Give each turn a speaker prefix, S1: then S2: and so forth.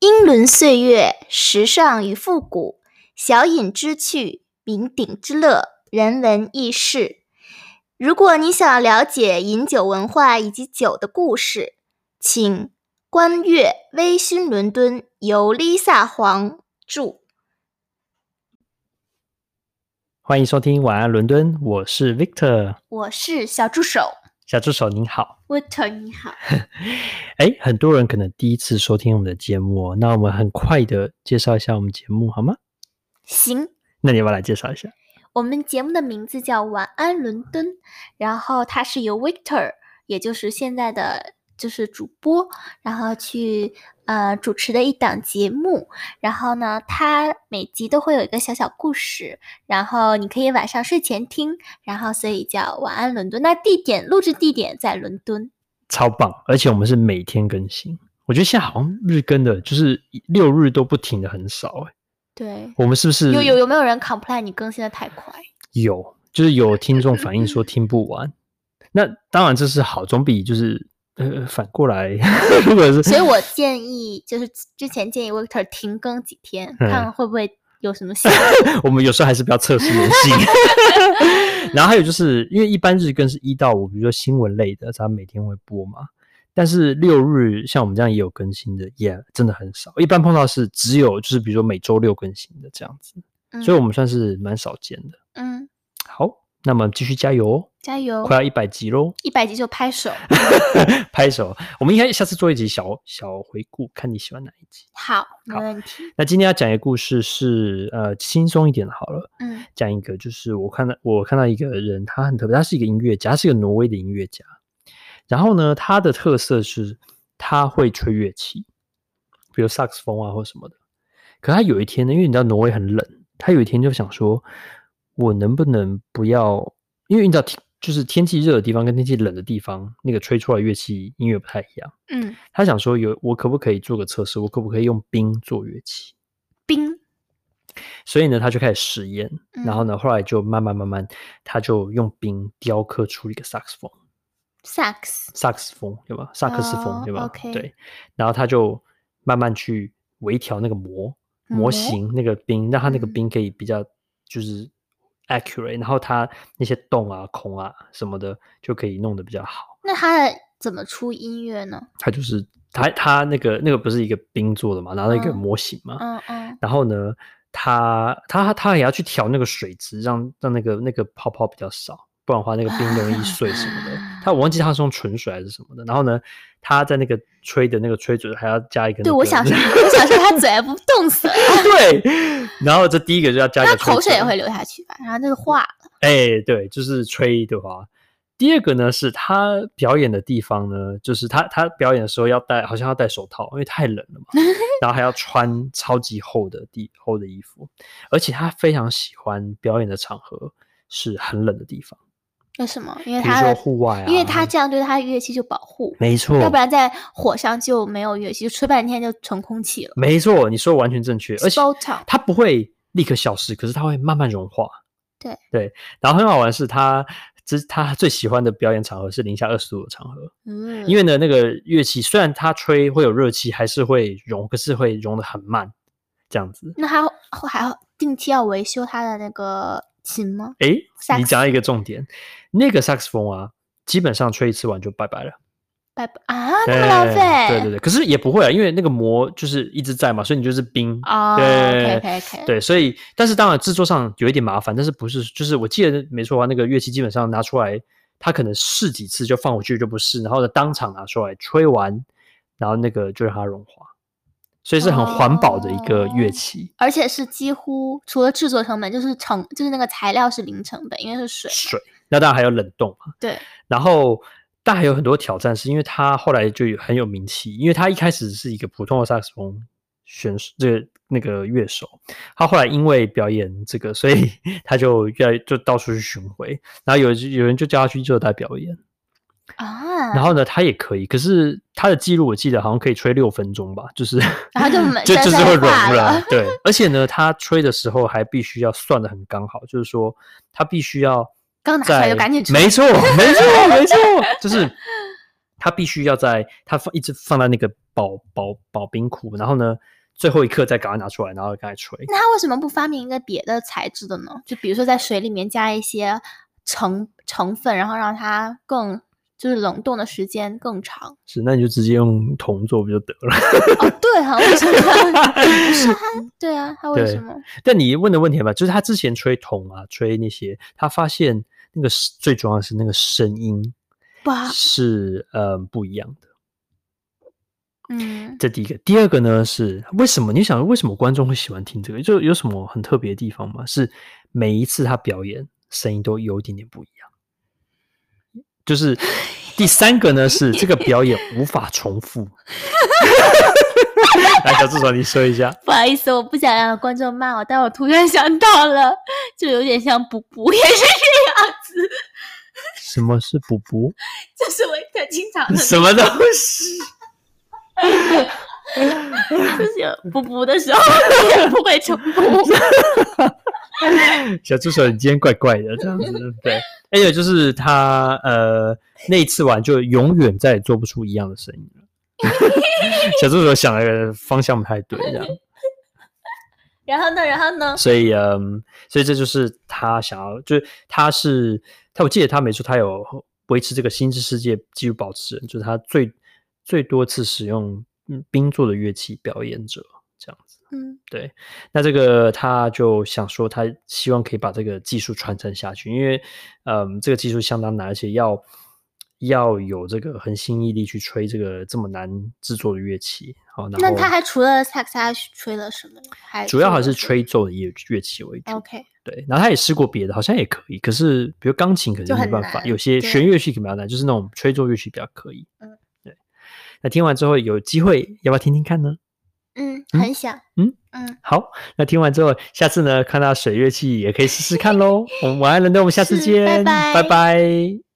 S1: 英伦岁月，时尚与复古，小饮之趣，名鼎之乐，人文轶事。如果你想了解饮酒文化以及酒的故事，请观阅《微醺伦敦》，由 Lisa 黄著。
S2: 欢迎收听《晚安伦敦》，我是 Victor
S1: 我是小助手
S2: 小助手，您好。
S1: Victor，你好。
S2: 哎，很多人可能第一次收听我们的节目、哦，那我们很快的介绍一下我们节目好吗？
S1: 行，
S2: 那你要不要来介绍一下？
S1: 我们节目的名字叫《晚安伦敦》，然后它是由 Victor，也就是现在的就是主播，然后去呃主持的一档节目。然后呢，它每集都会有一个小小故事，然后你可以晚上睡前听，然后所以叫《晚安伦敦》。那地点录制地点在伦敦，
S2: 超棒！而且我们是每天更新，我觉得现在好像日更的，就是六日都不停的很少。哎，
S1: 对。
S2: 我们是不是
S1: 有有有没有人 complain 你更新的太快？
S2: 有，就是有听众反映说听 不完。那当然这是好，总比就是呃反过来， 如果是
S1: 所以我建议就是之前建议 Victor 停更几天，
S2: 嗯
S1: 看会不会有 什么效果。
S2: 我们有时候还是不要测试人性。 然后还有就是因为一般日更是一到五，比如说新闻类的，它每天会播嘛。但是六日像我们这样也有更新的，也真的很少。一般碰到是只有就是比如说每周六更新的这样子，所以我们算是蛮少见的。
S1: 嗯，嗯
S2: 好，那么继续加油哦，
S1: 加油，
S2: 快要一百集喽！
S1: 一百集就拍手。
S2: 拍手，我们应该下次做一集小小回顾，看你喜欢哪一集。
S1: 好，没
S2: 好
S1: 问题。
S2: 那今天要讲一个故事是呃轻松一点的好了，
S1: 嗯
S2: 讲一个就是我看到我看到一个人，他很特别，他是一个音乐家，他是一个挪威的音乐家。然后呢，他的特色是他会吹乐器，比如萨克斯风啊或什么的。可他有一天呢，因为你知道挪威很冷，他有一天就想说，我能不能不要？因为你知道天就是天气热的地方跟天气冷的地方，那个吹出来乐器音乐不太一样。
S1: 嗯，
S2: 他想说有我可不可以做个测试？我可不可以用冰做乐器？
S1: 冰，
S2: 所以呢，他就开始实验，然后
S1: 嗯
S2: 呢，后来就慢慢慢慢，他就用冰雕刻出一个萨克斯风，
S1: 萨克斯，
S2: 萨克斯风对吧？萨克斯风
S1: 哦
S2: 对吧
S1: OK
S2: 对，然后他就慢慢去微调那个模模
S1: 嗯模
S2: 型那个冰，让他那个
S1: 嗯
S2: 冰可以比较就是 accurate，然后他那些洞啊、孔啊什么的就可以弄得比较好。
S1: 那他怎么出音乐呢？
S2: 他就是他他那个那个不是一个冰做的嘛，拿到一个
S1: 嗯
S2: 模型嘛，
S1: 嗯嗯
S2: 然后呢，他他他也要去调那个水质，让让那个那个泡泡比较少，不然的话那个冰容 易碎什么的。他我忘记他是用纯水还是什么的。然后呢，他在那个吹的那个吹嘴还要加一个、那个，
S1: 对，我 想说，我想说他嘴还不冻死了，
S2: 对。然后这第一个就要加一
S1: 那
S2: 个
S1: 口水也
S2: 吹嘴
S1: 会流下去吧？然后那就化了。
S2: 哎，对，就是吹的话。第二个呢，是他表演的地方呢，就是他他表演的时候要戴，好像要戴手套，因为太冷 了嘛，然后还要穿超级厚的地厚的衣服，而且他非常喜欢表演的场合是很冷的地方，
S1: 为什么？因为
S2: 比如
S1: 他
S2: 说
S1: 的，
S2: 户外啊，
S1: 因为他这样对他的乐器就保护，
S2: 没错，
S1: 要不然在火上就没有乐器，就吹半天就纯空气了。
S2: 没错，你说得完全正确，而且
S1: Slow talk
S2: 它不会立刻消失，可是它会慢慢融化。
S1: 对
S2: 对，然后很好玩的是他，这他最喜欢的表演场合是零下二十度的场合，
S1: 嗯，
S2: 因为呢，那个乐器虽然它吹会有热气，还是会融，可是会融的很慢，这样子。
S1: 那他后还要定期要维修他的那个琴吗？
S2: 诶，
S1: 萨
S2: 你
S1: 克
S2: 讲到一个重点，那个萨克斯风啊，基本上吹一次完就拜拜了，
S1: 拜拜啊，那么浪费。
S2: 哎对对对，可是也不会啊，因为那个膜就是一直在嘛，所以你就是冰
S1: 哦，OK
S2: 对
S1: OK OK，，
S2: 对，所以但是当然制作上有一点麻烦，但是不是就是我记得没错的话，那个乐器基本上拿出来，它可能试几次就放回去就不试，然后呢当场拿出来吹完，然后那个就让它融化，所以是很环保的一个乐
S1: 哦
S2: 器。
S1: 而且是几乎除了制作成本，就是成就是那个材料是零成本，因为是水。
S2: 水，那当然还有冷冻嘛。
S1: 对，
S2: 然后但还有很多挑战，是因为他后来就有很有名气，因为他一开始是一个普通的萨克斯风选手，这个那个乐手，他后来因为表演这个，所以 他就越来就到处去巡回，然后有有人就叫他去热带表演，
S1: 啊，
S2: 然后呢他也可以，可是他的记录我记得好像可以吹六分钟吧，就是
S1: 然后就没
S2: 嗯就
S1: 再
S2: 就是
S1: 再
S2: 会融
S1: 化
S2: 了
S1: 了，
S2: 对，而且呢他吹的时候还必须要算的很刚好，就是说他必须要。
S1: 刚拿出来
S2: 在
S1: 就赶紧出。
S2: 没错，没错，没错，就是他必须要在他放一直放在那个保保保冰库，然后呢，最后一刻再赶快拿出来，然后赶快吹。
S1: 那他为什么不发明一个别的材质的呢？就比如说在水里面加一些成成分，然后让它更就是冷冻的时间更长。
S2: 是，那你就直接用铜做不就得了？
S1: 哦，对哈、为什么？ 不是他，对啊，他为什么？
S2: 但你问的问题吧，就是他之前吹铜啊，吹那些，他发现那个是最重要的是那个声音
S1: 哇，
S2: 是呃不一样的。
S1: 嗯，
S2: 这第一个，第二个呢是为什么？你想为什么观众会喜欢听这个？就有什么很特别的地方吗？是每一次他表演声音都有一点点不一样。就是第三个呢是这个表演无法重复。 来，小助手，你说一下。
S1: 不好意思，我不想让观众骂我，但我突然想到了， 就有点像补 补也是这样子，
S2: 什么是补补？
S1: 就是维特经常的，
S2: 什么东西？
S1: 就是 补补的时候也不会重复。
S2: 小助手，你今天怪怪的，这样子对。还有就是他呃那一次玩就永远再也做不出一样的声音了。小助手想的方向不太对，这样，
S1: 然后呢，然后呢？
S2: 所以嗯，所以这就是他想要，就是他是他，我记得他没错，他有维持这个心智世界纪录保持人，就是他最最多次使用嗯冰做的乐器表演者这样子。
S1: 嗯，
S2: 对，那这个他就想说，他希望可以把这个技术传承下去，因为，嗯，这个技术相当难，而且要要有这个恒心毅力去吹这个这么难制作的乐器。好，然
S1: 那
S2: 后
S1: 他还除了萨克斯，他还吹了什么呢？还
S2: 主要还是
S1: 做了什么。哦
S2: 吹奏的乐乐器为主。
S1: OK，
S2: 对，然后他也试过别的，好像也可以，可是比如钢琴可
S1: 就
S2: 能没
S1: 很
S2: 办法，
S1: 难
S2: 有些
S1: 对
S2: 弦乐器可能比较难，就是那种吹奏乐器比较可以。
S1: 嗯，
S2: 对。那听完之后有机会要不要听听看呢？
S1: 嗯，
S2: 嗯
S1: 很想，
S2: 嗯
S1: 嗯，
S2: 好，那听完之后，下次呢，看到水乐器也可以试试看喽。我们晚安，伦敦，我们下次
S1: 是拜
S2: 见，
S1: 拜
S2: 拜拜